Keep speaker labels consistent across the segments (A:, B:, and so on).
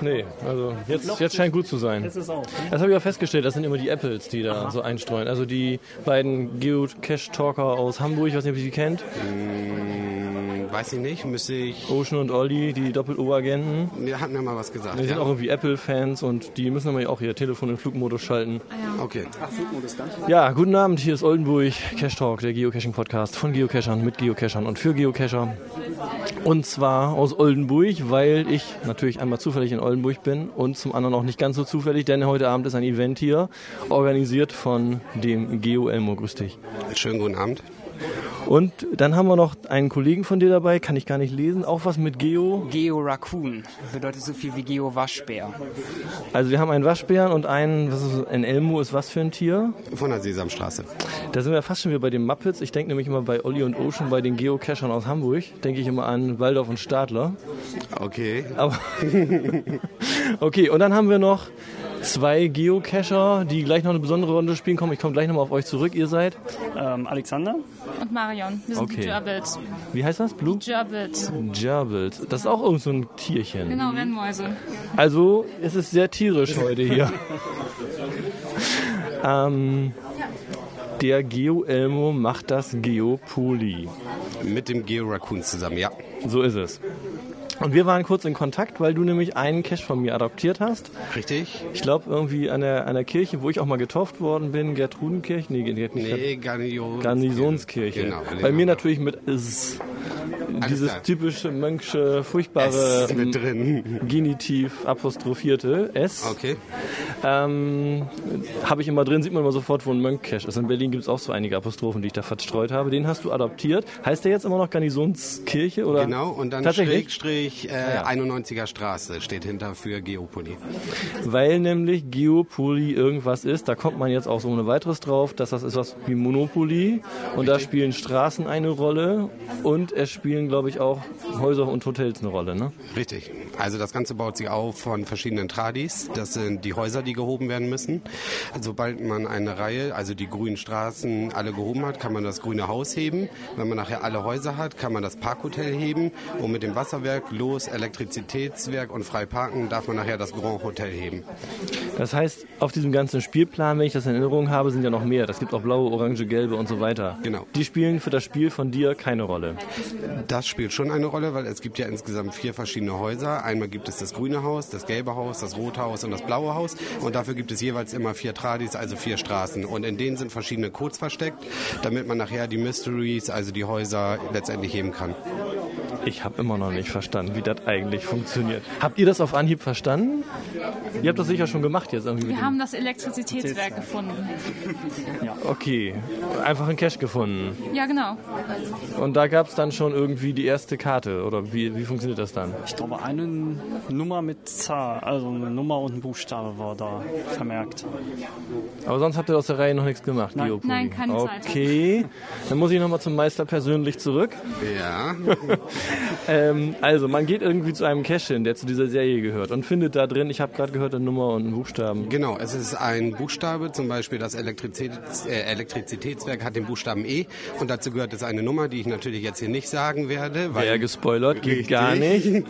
A: Nee, also jetzt, jetzt scheint gut zu sein.
B: Das ist auch.
A: Das habe ich auch festgestellt, das sind immer die Apples, die da so einstreuen. Also die beiden Geocache-Talker aus Hamburg, ich weiß nicht, ob ihr die kennt.
C: Hm, weiß ich nicht, müsste ich.
A: Ocean und Olli, die Doppel-O-Agenten.
C: Mir hat mir mal was gesagt.
A: Die sind
C: ja.
A: auch irgendwie Apple-Fans und die müssen aber auch ihr Telefon in Flugmodus schalten.
C: Okay.
A: Ja, guten Abend, hier ist Oldenburg, Cash Talk, der Geocaching-Podcast von Geocachern, mit Geocachern und für Geocacher. Und zwar aus Oldenburg, weil ich natürlich einmal zufällig in Oldenburg bin und zum anderen auch nicht ganz so zufällig, denn heute Abend ist ein Event hier, organisiert von dem Geo Elmo. Grüß dich.
C: Schönen guten Abend.
A: Und dann haben wir noch einen Kollegen von dir dabei, kann ich gar nicht lesen, auch was mit Geo.
B: Geo Raccoon bedeutet so viel wie Geo Waschbär.
A: Also wir haben einen Waschbären und einen, was ist, ein Elmo ist was für ein Tier?
C: Von der Sesamstraße.
A: Da sind wir fast schon wieder bei den Muppets. Ich denke nämlich immer bei Olli und Ocean, bei den Geocachern aus Hamburg, denke ich immer an Waldorf und Stadler.
C: Okay.
A: Aber okay, und dann haben wir noch zwei Geocacher, die gleich noch eine besondere Runde spielen kommen. Ich komme gleich nochmal auf euch zurück, ihr seid.
B: Ähm, Alexander?
D: Und Marion. Wir sind
A: Okay.
D: die Gerbils.
A: Wie heißt das? Blue
D: Gerbils.
A: Gerbils. Das ist auch irgend so ein Tierchen.
D: Genau, Rennmäuse.
A: Also, es ist sehr tierisch heute hier. ähm, der Geo-Elmo macht das Geopoli.
C: Mit dem Geo Raccoons zusammen, ja.
A: So ist es. Und wir waren kurz in Kontakt, weil du nämlich einen Cache von mir adoptiert hast.
C: Richtig?
A: Ich glaube, irgendwie an der, an der Kirche, wo ich auch mal getauft worden bin, Gertrudenkirche, nee, Gert- Gert-
C: Nee, Garnison.
A: Garnisonskirche.
C: Genau.
A: Bei mir natürlich mit S. Dieses
C: klar.
A: typische mönchsche, furchtbare
C: S mit drin.
A: Genitiv apostrophierte S.
C: Okay.
A: Ähm, habe ich immer drin, sieht man immer sofort, wo ein Mönch-Cache ist. In Berlin gibt es auch so einige Apostrophen, die ich da verstreut habe. Den hast du adaptiert. Heißt der jetzt immer noch Garnisonskirche? Oder?
C: Genau, und dann
A: Tatsächlich?
C: Strich, Strich, äh,
A: ja.
C: 91er Straße steht hinter für Geopoli.
A: Weil nämlich Geopoly irgendwas ist, da kommt man jetzt auch so ohne weiteres drauf, dass das ist was wie Monopoly und da spielen Straßen eine Rolle und es spielen, glaube ich, auch Häuser und Hotels eine Rolle. Ne?
C: Richtig. Also das Ganze baut sich auf von verschiedenen Tradis. Das sind die Häuser, die gehoben werden müssen. Sobald man eine Reihe, also die grünen Straßen alle gehoben hat, kann man das grüne Haus heben. Wenn man nachher alle Häuser hat, kann man das Parkhotel heben. Und mit dem Wasserwerk, Los, Elektrizitätswerk und Freiparken darf man nachher das Grand Hotel heben.
A: Das heißt, auf diesem ganzen Spielplan, wenn ich das in Erinnerung habe, sind ja noch mehr. Das gibt auch blaue, orange, gelbe und so weiter.
C: Genau.
A: Die spielen für das Spiel von dir keine Rolle.
C: Das spielt schon eine Rolle, weil es gibt ja insgesamt vier verschiedene Häuser. Einmal gibt es das grüne Haus, das gelbe Haus, das rote Haus und das blaue Haus. Und dafür gibt es jeweils immer vier Tradis, also vier Straßen. Und in denen sind verschiedene Codes versteckt, damit man nachher die Mysteries, also die Häuser, letztendlich heben kann.
A: Ich habe immer noch nicht verstanden, wie das eigentlich funktioniert. Habt ihr das auf Anhieb verstanden? Ihr habt das sicher schon gemacht jetzt irgendwie. mit
D: Wir
A: dem-
D: haben das Elektrizitätswerk gefunden.
A: Okay, einfach einen Cash gefunden.
D: Ja, genau.
A: Und da gab es dann schon irgendwie die erste Karte oder wie, wie funktioniert das dann?
B: Ich glaube, eine Nummer mit Zahl, also eine Nummer und ein Buchstabe war da vermerkt.
A: Aber sonst habt ihr aus der Reihe noch nichts gemacht,
B: Nein.
A: Geopoli.
D: Nein, keine Zeit.
A: Okay, dann muss ich nochmal zum Meister persönlich zurück.
C: Ja,
A: Ähm, also, man geht irgendwie zu einem Cache hin, der zu dieser Serie gehört und findet da drin, ich habe gerade gehört, eine Nummer und einen Buchstaben.
C: genau. Es ist ein Buchstabe, zum Beispiel das Elektrizitäts äh, Elektrizitätswerk hat den Buchstaben E. Und dazu gehört es eine Nummer, die ich natürlich jetzt hier nicht sagen werde. Weil
A: Ja, gespoilert, geht gar nicht.
C: Richtig.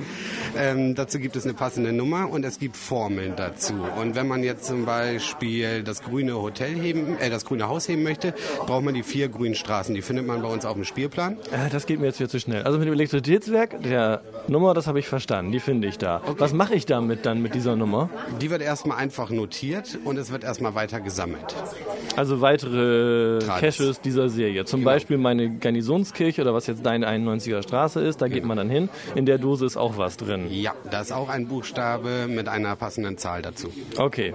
C: Ähm, dazu gibt es eine passende Nummer und es gibt Formeln dazu. Und wenn man jetzt zum Beispiel das grüne Hotel heben, äh, das grüne Haus heben möchte, braucht man die vier grünen Straßen. Die findet man bei uns auf dem Spielplan.
A: Äh, Das geht mir jetzt wieder zu schnell. Also mit dem Elektrizitätswerk, der Nummer, das habe ich verstanden, die finde ich da. Was mache ich damit dann mit dieser Nummer?
C: Die wird erstmal einfach notiert und es wird erstmal weiter gesammelt.
A: Also weitere
C: Tradis.
A: Caches dieser Serie. Zum Beispiel meine Garnisonskirche oder was jetzt deine 91er Straße ist, da geht man dann hin. In der Dose ist auch was drin.
C: Ja, da ist auch ein Buchstabe mit einer passenden Zahl dazu.
A: Okay,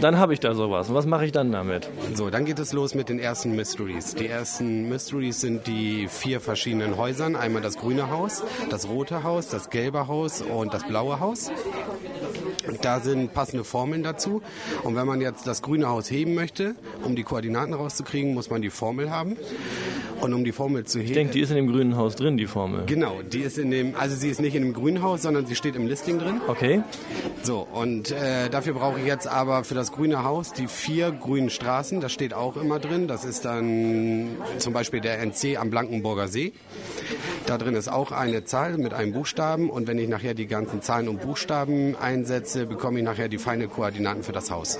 A: dann habe ich da sowas. Und was mache ich dann damit?
C: So, dann geht es los mit den ersten Mysteries. Die ersten Mysteries sind die vier verschiedenen Häusern. Einmal das grüne Haus, das rote Haus, das gelbe Haus und das blaue Haus. Da sind passende Formeln dazu. Und wenn man jetzt das grüne Haus heben möchte, um die Koordinaten rauszukriegen, muss man die Formel haben. Und um die Formel zu
A: Ich denke,
C: heben.
A: die ist in dem grünen Haus drin, die Formel.
C: Genau, die ist in dem, also sie ist nicht in dem Grünhaus, sondern sie steht im Listing drin.
A: Okay.
C: So, und äh, dafür brauche ich jetzt aber für das grüne Haus die vier grünen Straßen. Das steht auch immer drin. Das ist dann zum Beispiel der NC am Blankenburger See. Da drin ist auch eine Zahl mit einem Buchstaben. Und wenn ich nachher die ganzen Zahlen und Buchstaben einsetze, bekomme ich nachher die feine Koordinaten für das Haus.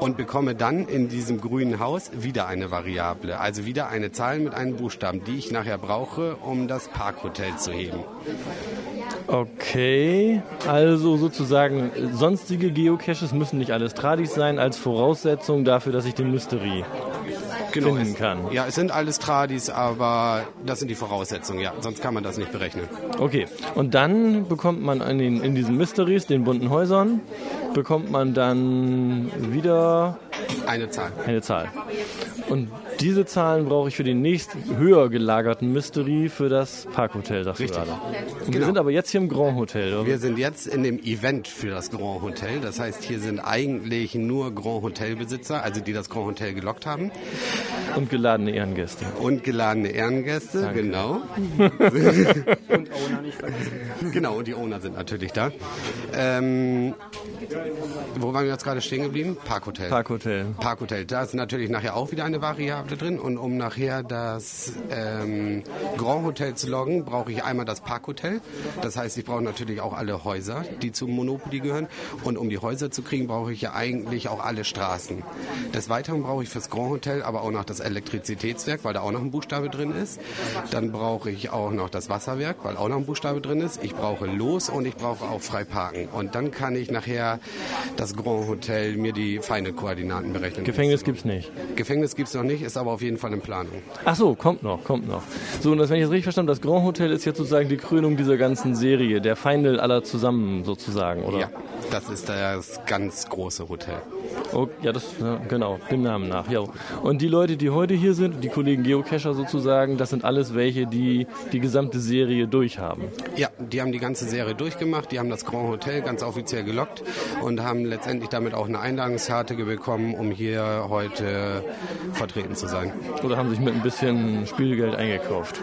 C: Und bekomme dann in diesem grünen Haus wieder eine Variable, also wieder eine Zahl mit einem Buchstaben, die ich nachher brauche, um das Parkhotel zu heben.
A: Okay. Also sozusagen äh, sonstige Geocaches müssen nicht alles Tradis sein, als Voraussetzung dafür, dass ich den Mystery finden
C: es-
A: kann.
C: Ja, es sind alles Tradis, aber das sind die Voraussetzungen, ja. Sonst kann man das nicht berechnen.
A: Okay, und dann bekommt man in, den, in diesen Mysteries, den bunten Häusern, bekommt man dann wieder
C: Eine Zahl.
A: eine Zahl. Und diese Zahlen brauche ich für den nächst höher gelagerten Mystery für das Parkhotel, sagst
C: Richtig.
A: du gerade. Und wir
C: Genau.
A: sind aber jetzt hier im Grand Hotel. Oder?
C: Wir sind jetzt in dem Event für das Grand Hotel. Das heißt, hier sind eigentlich nur Grand Hotel-Besitzer, also die das Grand Hotel gelockt haben.
A: Und geladene Ehrengäste.
C: Und geladene Ehrengäste, genau.
B: Und Owner nicht vergessen.
C: Genau, und die Owner sind natürlich da. Ähm, wo waren wir jetzt gerade stehen geblieben? Parkhotel.
A: Parkhotel.
C: Parkhotel. Da ist natürlich nachher auch wieder eine Variable drin. Und um nachher das ähm, Grand Hotel zu loggen, brauche ich einmal das Parkhotel. Das heißt, ich brauche natürlich auch alle Häuser, die zu Monopoly gehören. Und um die Häuser zu kriegen, brauche ich ja eigentlich auch alle Straßen. Des Weiteren brauche ich fürs Grand Hotel aber auch noch das Elektrizitätswerk, weil da auch noch ein Buchstabe drin ist. Dann brauche ich auch noch das Wasserwerk, weil auch noch ein Buchstabe drin ist. Ich brauche Los und ich brauche auch Freiparken. Und dann kann ich nachher das Grand Hotel mir die feine Koordinaten berechnen.
A: Gefängnis gibt's nicht.
C: Gefängnis gibt's noch nicht, ist aber auf jeden Fall in Planung.
A: Ach so, kommt noch, kommt noch. So, und das, wenn ich das richtig verstanden habe, das Grand Hotel ist jetzt sozusagen die Krönung dieser ganzen Serie, der Final aller zusammen sozusagen, oder?
C: Ja, das ist das ganz große Hotel.
A: Oh, ja, das, ja, genau, dem Namen nach. Ja. Und die Leute, die heute hier sind, die Kollegen Geocacher sozusagen, das sind alles welche, die die gesamte Serie durchhaben.
C: Ja, die haben die ganze Serie durchgemacht, die haben das Grand Hotel ganz offiziell gelockt und haben letztendlich damit auch eine Einladungskarte bekommen, um hier heute vertreten zu sein.
A: Oder haben sich mit ein bisschen Spielgeld eingekauft.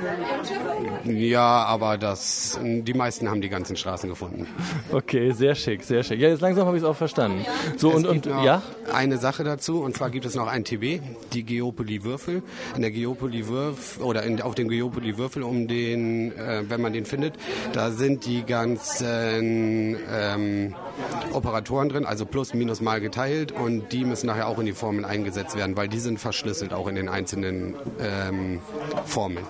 C: Ja, aber das, die meisten haben die ganzen Straßen gefunden.
A: Okay, sehr schick, sehr schick. Ja, jetzt langsam habe ich es auch verstanden. So, und,
C: Es gibt
A: und
C: noch
A: ja?
C: Eine Sache dazu, und zwar gibt es noch ein TB, die Geopoli-Würfel. In der Geopoli-Würfel, oder in, auf dem Geopoli-Würfel, um den, äh, wenn man den findet, da sind die ganzen ähm, Operatoren drin, also plus, minus, mal geteilt, und die müssen nachher auch in die Formeln eingesetzt werden, weil die sind verschlüsselt auch in den einzelnen ähm, Formeln.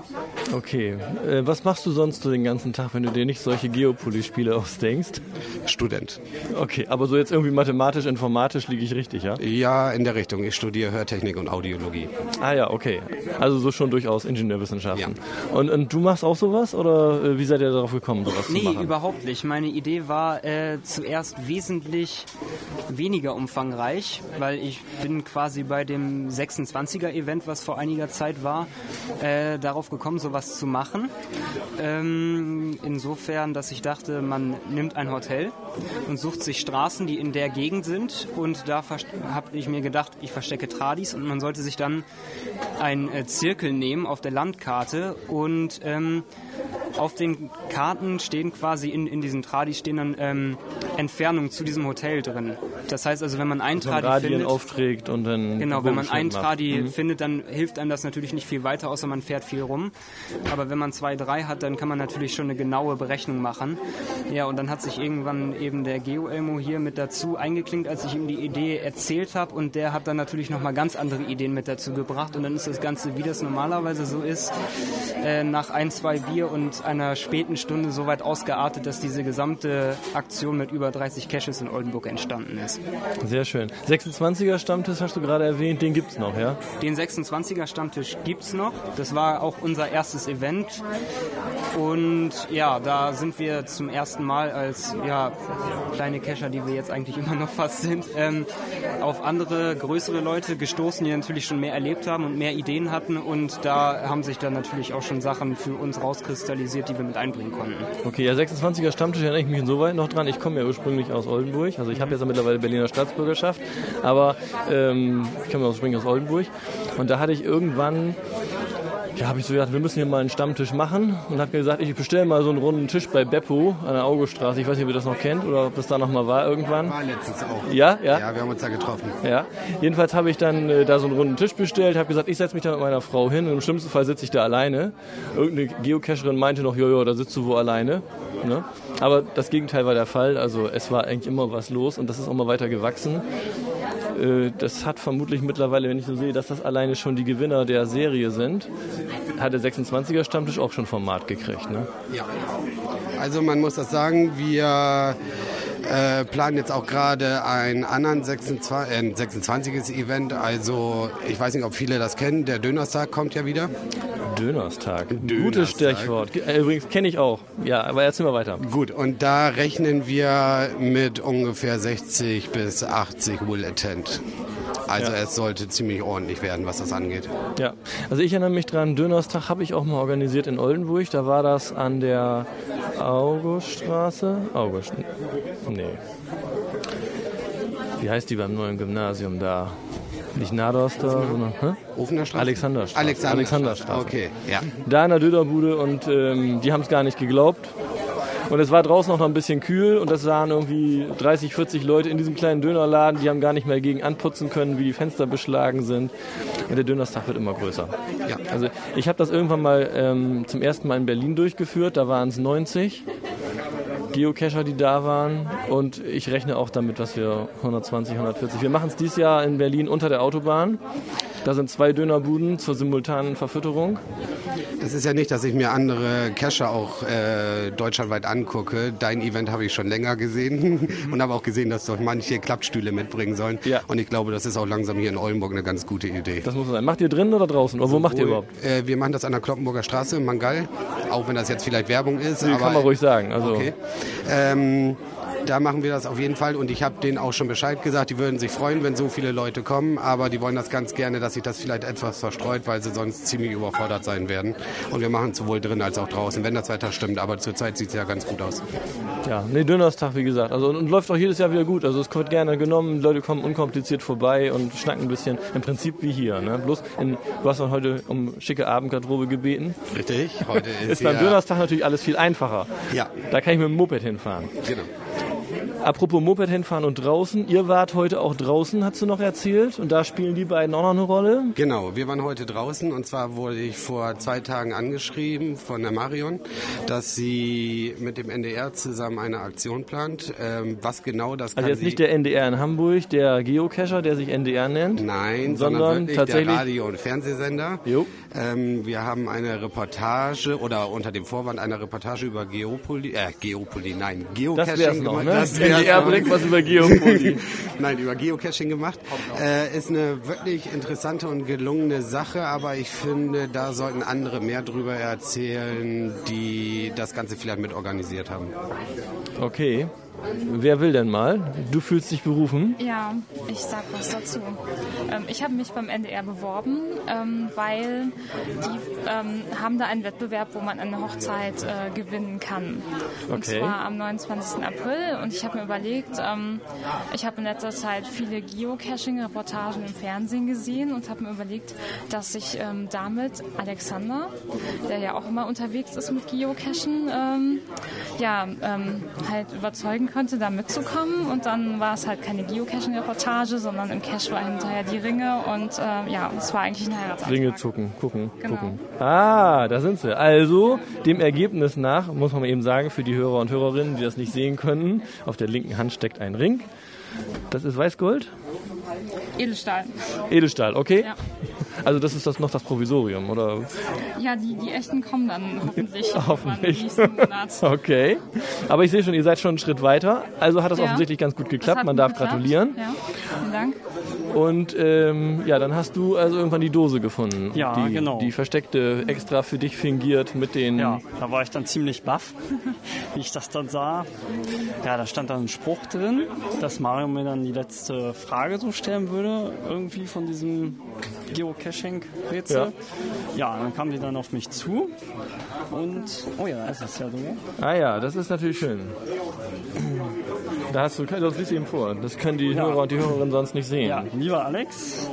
A: Okay. Äh, was machst du sonst so den ganzen Tag, wenn du dir nicht solche Geopoly-Spiele ausdenkst?
C: Student.
A: Okay, aber so jetzt irgendwie mathematisch, informatisch liege ich richtig, ja?
C: Ja, in der Richtung. Ich studiere Hörtechnik und Audiologie.
A: Ah ja, okay. Also so schon durchaus Ingenieurwissenschaften. Und, und du machst auch sowas oder äh, wie seid ihr darauf gekommen, sowas zu
E: Nee,
A: machen?
E: überhaupt nicht. Meine Idee war äh, zuerst wesentlich weniger umfangreich, weil ich bin quasi bei dem 26er-Event, was vor einiger Zeit war, äh, darauf gekommen, sowas zu machen. Ähm, insofern, dass ich dachte, man nimmt ein Hotel und sucht sich Straßen, die in der Gegend sind und da habe ich mir gedacht, ich verstecke Tradis und man sollte sich dann einen äh, Zirkel nehmen auf der Landkarte und ähm, auf den Karten stehen quasi in, in diesen Tradis stehen dann ähm, Entfernungen zu diesem Hotel drin. Das heißt also, wenn man einen
A: Wenn man
E: Tradi
A: Radien
E: findet,
A: aufträgt und dann
E: Genau, wenn man
A: Bogenschnitt
E: einen
A: macht.
E: Tradi findet, dann hilft einem das natürlich nicht viel weiter, außer man fährt viel rum. Aber wenn man zwei, drei hat, dann kann man natürlich schon eine genaue Berechnung machen. Ja, und dann hat sich irgendwann eben der Geo-Elmo hier mit dazu eingeklinkt, als ich ihm die Idee erzählt habe. Und der hat dann natürlich nochmal ganz andere Ideen mit dazu gebracht. Und dann ist das Ganze, wie das normalerweise so ist, äh, nach ein, zwei Bier und einer späten Stunde so weit ausgeartet, dass diese gesamte Aktion mit über 30 Caches in Oldenburg entstanden ist.
A: Sehr schön. 26er Stammtisch hast du gerade erwähnt, den gibt's noch, ja?
E: Den 26er Stammtisch gibt's noch. Das war auch unser erstes Event. Und ja, da sind wir zum ersten Mal als ja, kleine Kescher, die wir jetzt eigentlich immer noch fast sind, ähm, auf andere größere Leute gestoßen, die natürlich schon mehr erlebt haben und mehr Ideen hatten. Und da haben sich dann natürlich auch schon Sachen für uns rauskristallisiert, die wir mit einbringen konnten.
A: Okay, ja, 26er Stammtisch erinnere ich mich insoweit noch dran. Ich komme ja ursprünglich aus Oldenburg. Also ich habe jetzt ja mittlerweile Berliner Staatsbürgerschaft, aber ähm, ich komme ja ursprünglich aus Oldenburg. Und da hatte ich irgendwann Ja, habe ich so gedacht, wir müssen hier mal einen Stammtisch machen und habe gesagt, ich bestelle mal so einen runden Tisch bei Beppo an der Augustraße. Ich weiß nicht, ob ihr das noch kennt oder ob das da noch mal war irgendwann.
C: War letztens auch.
A: Ja, ja.
C: Ja, wir haben uns da getroffen.
A: Ja, jedenfalls habe ich dann äh, da so einen runden Tisch bestellt, habe gesagt, ich setze mich da mit meiner Frau hin und im schlimmsten Fall sitze ich da alleine. Irgendeine Geocacherin meinte noch, jojo, da sitzt du wohl alleine. Ne? Aber das Gegenteil war der Fall, also es war eigentlich immer was los und das ist auch mal weiter gewachsen. Äh, Das hat vermutlich mittlerweile, wenn ich so sehe, dass das alleine schon die Gewinner der Serie sind, hat der 26er Stammtisch auch schon Format gekriegt. Ne?
C: Ja. Also man muss das sagen, wir äh, planen jetzt auch gerade einen anderen 26, äh, 26. Event. Also ich weiß nicht, ob viele das kennen. Der Dönerstag kommt ja wieder.
A: Dönerstag. Gutes
C: Dönerstag.
A: Stichwort. Ge- äh, Übrigens kenne ich auch. Ja, aber erzähl mal weiter.
C: Gut, und da rechnen wir mit ungefähr 60 bis 80 Will Attent. Also
A: Ja.
C: es sollte ziemlich ordentlich werden, was das angeht.
A: Ja, also ich erinnere mich dran, Dönerstag habe ich auch mal organisiert in Oldenburg. Da war das an der Auguststraße. August. Nee. Wie heißt die beim neuen Gymnasium da? Nicht Nados da, sondern. Hä?
C: Ofener Straße?
A: Alexanderstraße.
C: Alexanderstraße.
A: Alexanderstraße.
C: Okay, ja.
A: Da in der Dönerbude und ähm, die haben es gar nicht geglaubt. Und es war draußen auch noch ein bisschen kühl und das sahen irgendwie 30, 40 Leute in diesem kleinen Dönerladen, die haben gar nicht mehr gegen anputzen können, wie die Fenster beschlagen sind. Und der Dönerstag wird immer größer.
C: Ja.
A: Also ich habe das irgendwann mal ähm, zum ersten Mal in Berlin durchgeführt, da waren es 90 Geocacher, die da waren und ich rechne auch damit, dass wir 120, 140. Wir machen es dieses Jahr in Berlin unter der Autobahn. Da sind zwei Dönerbuden zur simultanen Verfütterung.
C: Es ist ja nicht, dass ich mir andere Cacher auch äh, deutschlandweit angucke. Dein Event habe ich schon länger gesehen und habe auch gesehen, dass doch manche Klappstühle mitbringen sollen.
A: Ja.
C: Und ich glaube, das ist auch langsam hier in Oldenburg eine ganz gute Idee.
A: Das muss so sein. Macht ihr drinnen oder draußen? Oder wo macht ihr
C: Obwohl,
A: überhaupt?
C: Äh, wir machen das an der Kloppenburger Straße in Mangal, auch wenn das jetzt vielleicht Werbung ist.
A: Nee,
C: aber
A: kann man ruhig sagen. Also,
C: Okay. Ähm, da machen wir das auf jeden Fall und ich habe denen auch schon Bescheid gesagt, die würden sich freuen, wenn so viele Leute kommen, aber die wollen das ganz gerne, dass sich das vielleicht etwas verstreut, weil sie sonst ziemlich überfordert sein werden. Und wir machen sowohl drin als auch draußen, wenn das Wetter stimmt, aber zurzeit sieht es ja ganz gut aus.
A: Ja, nee, Dönerstag, wie gesagt. Also, und, und läuft auch jedes Jahr wieder gut. Also, es wird gerne genommen. Die Leute kommen unkompliziert vorbei und schnacken ein bisschen. Im Prinzip wie hier. Ne? Bloß, in, du hast dann heute um schicke Abendgarderobe gebeten.
C: Richtig, heute
A: Ist beim Dönerstag natürlich alles viel einfacher.
C: Ja.
A: Da kann ich mit dem Moped hinfahren.
C: Genau.
A: Apropos Moped hinfahren und draußen. Ihr wart heute auch draußen, hast du noch erzählt. Und da spielen die beiden auch noch eine Rolle.
C: Genau, wir waren heute draußen und zwar wurde ich vor zwei Tagen angeschrieben von der Marion, dass sie mit dem NDR zusammen eine Aktion plant. Ähm, was genau das kann
A: Also, jetzt
C: sie
A: nicht der NDR in Hamburg, der Geocacher, der sich NDR nennt.
C: Nein, sondern,
A: Sondern
C: wirklich
A: tatsächlich-
C: der Radio- und Fernsehsender.
A: Jo.
C: Ähm, wir haben eine Reportage oder unter dem Vorwand einer Reportage über Geopoli, äh, Geopoli, nein, Geocaching
A: Das wär's noch,
C: gemacht.
A: ne?
C: Das wär's
A: NDR-Blick,
C: noch.
A: was über Geopoli.
C: Nein, über Geocaching gemacht. Äh, ist eine wirklich interessante und gelungene Sache, aber ich finde, da sollten andere mehr drüber erzählen, die das Ganze vielleicht mit organisiert haben.
A: Okay. Wer will denn mal? Du fühlst dich berufen.
D: Ja, ich sag was dazu. Ähm, ich habe mich beim NDR beworben, ähm, weil die ähm, haben da einen Wettbewerb, wo man eine Hochzeit äh, gewinnen kann. Und
A: Okay.
D: zwar am 29. April. Und ich habe mir überlegt, ähm, ich habe in letzter Zeit viele Geocaching-Reportagen im Fernsehen gesehen und habe mir überlegt, dass ich ähm, damit Alexander, der ja auch immer unterwegs ist mit Geocachen, ähm, ja, ähm, halt überzeugen konnte, da mitzukommen. Und dann war es halt keine Geocaching-Reportage, sondern im Cache war hinterher die Ringe und äh, ja, es war eigentlich ein Heiratsantrag.
A: Ringe zucken, gucken,
D: Genau.
A: gucken. Ah, da sind sie. Also, dem Ergebnis nach, muss man mal eben sagen, für die Hörer und Hörerinnen, die das nicht sehen können, auf der linken Hand steckt ein Ring. Das ist Weißgold?
D: Edelstahl.
A: Edelstahl, okay.
D: Ja.
A: Also das ist das noch das Provisorium, oder?
D: Ja, die, die echten kommen dann hoffentlich.
A: Hoffentlich.
D: irgendwann Im nächsten Monat.
A: Okay. Aber ich sehe schon, ihr seid schon einen Schritt weiter. Also hat das
D: Ja.
A: offensichtlich ganz gut
D: Das
A: geklappt.
D: hat
A: Man
D: gut
A: darf
D: geklappt.
A: gratulieren.
D: Ja, vielen Dank.
A: Und ähm, ja, dann hast du also irgendwann die Dose gefunden.
B: Ja,
A: die,
B: genau.
A: Die versteckte, extra für dich fingiert mit den
B: Ja, da war ich dann ziemlich baff, wie ich das dann sah. Ja, da stand dann ein Spruch drin, dass Mario mir dann die letzte Frage so stellen würde, irgendwie von diesem Geocaching-Rätsel. Ja. dann kam die dann auf mich zu und, oh ja, da ist es ja so.
A: Ah ja, das ist natürlich schön. Da hast du, das liest eben vor. Das können die Hörer und die Hörerinnen sonst nicht sehen.
B: Ja, lieber Alex,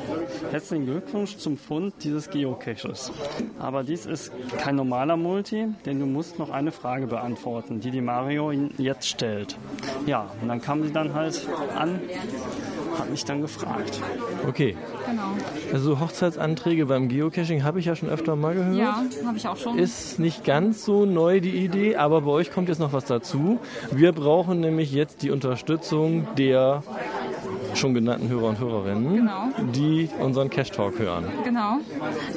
B: herzlichen Glückwunsch zum Fund dieses Geocaches. Aber dies ist kein normaler Multi, denn du musst noch eine Frage beantworten, die die Mario ihn jetzt stellt. Ja, und dann kam sie dann halt an, hat mich dann gefragt.
A: Okay.
D: Genau.
A: Also Hochzeitsanträge beim Geocaching habe ich ja schon öfter mal gehört.
D: Ja, habe ich auch schon.
A: Ist nicht ganz so neu die Idee, aber bei euch kommt jetzt noch was dazu. Wir brauchen nämlich jetzt die Unterstützung der schon genannten Hörer und Hörerinnen,
D: Genau.
A: die unseren Cash Talk hören.
D: Genau,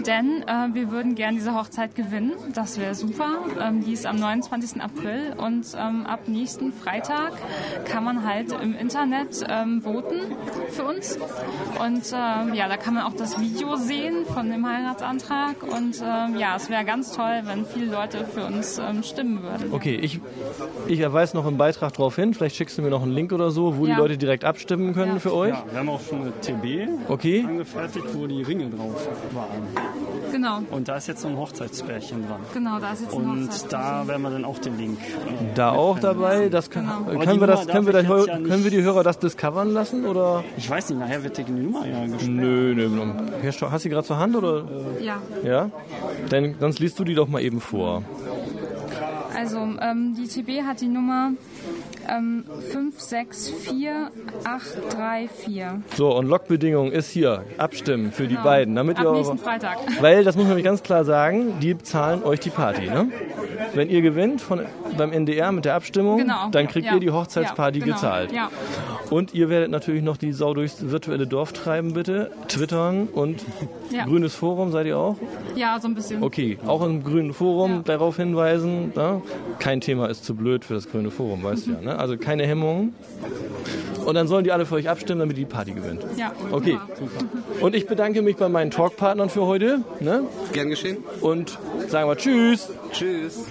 D: denn äh, wir würden gern diese Hochzeit gewinnen. Das wäre super. Ähm, die ist am 29. April und ähm, ab nächsten Freitag kann man halt im Internet ähm, voten für uns. Und ähm, ja, da kann man auch das Video sehen von dem Heiratsantrag. Und ähm, ja, es wäre ganz toll, wenn viele Leute für uns ähm, stimmen würden.
A: Okay, ich, ich erweise noch einen Beitrag drauf hin. Vielleicht schickst du mir noch einen Link oder so, wo
D: Ja.
A: die Leute direkt abstimmen können
D: Ja.
A: für euch.
B: Ja, wir haben auch schon eine TB
A: Okay.
B: angefertigt, wo die Ringe drauf waren.
D: Genau,
B: Und da ist jetzt so ein Hochzeitspärchen dran.
D: genau, da ist jetzt eine
B: Und
D: Hochzeit.
B: da werden wir dann auch den Link. äh,
A: Da auch
B: mitfinden.
A: dabei. Das kann,
D: Genau.
A: äh,
B: Aber
A: können,
B: die
A: wir das,
B: Nummer
A: können, wir
B: darf
A: das,
B: ich jetzt ja nicht-
A: können wir die Hörer das discovern lassen oder?
B: Ich weiß nicht, nachher wird die Nummer ja
A: Hm,
B: gespielt.
A: Nö, nö.
B: um.
A: nö. Cash Talk- Hast du die gerade zur Hand oder?
D: Ja.
A: Ja? Dann, sonst liest du die doch mal eben vor.
D: Also, ähm, die TB hat die Nummer ähm, 564834.
A: So, und Logbedingung ist hier. Abstimmen für die
D: Genau.
A: beiden. Damit
D: Ab
A: ihr
D: nächsten
A: eure,
D: Freitag.
A: weil, das muss man nämlich ganz klar sagen, die zahlen euch die Party. Ne? Wenn ihr gewinnt von, beim NDR mit der Abstimmung,
D: Genau.
A: dann kriegt
D: Ja.
A: ihr die Hochzeitsparty
D: Ja, genau.
A: gezahlt.
D: Ja.
A: Und ihr werdet natürlich noch die Sau durchs virtuelle Dorf treiben, bitte. Twittern und
D: Ja.
A: grünes Forum seid ihr auch.
D: ja, so ein bisschen.
A: Okay, auch im grünen Forum
D: Ja.
A: darauf hinweisen. Ne? Kein Thema ist zu blöd für das grüne Forum, weißt du ja. Ne? Also keine Hemmungen. Und dann sollen die alle für euch abstimmen, damit ihr die Party gewinnt.
D: Ja,
A: Okay.
D: wunderbar.
A: Und ich bedanke mich bei meinen Talkpartnern für heute. Ne?
C: Gern geschehen.
A: Und sagen wir Tschüss.
C: Tschüss.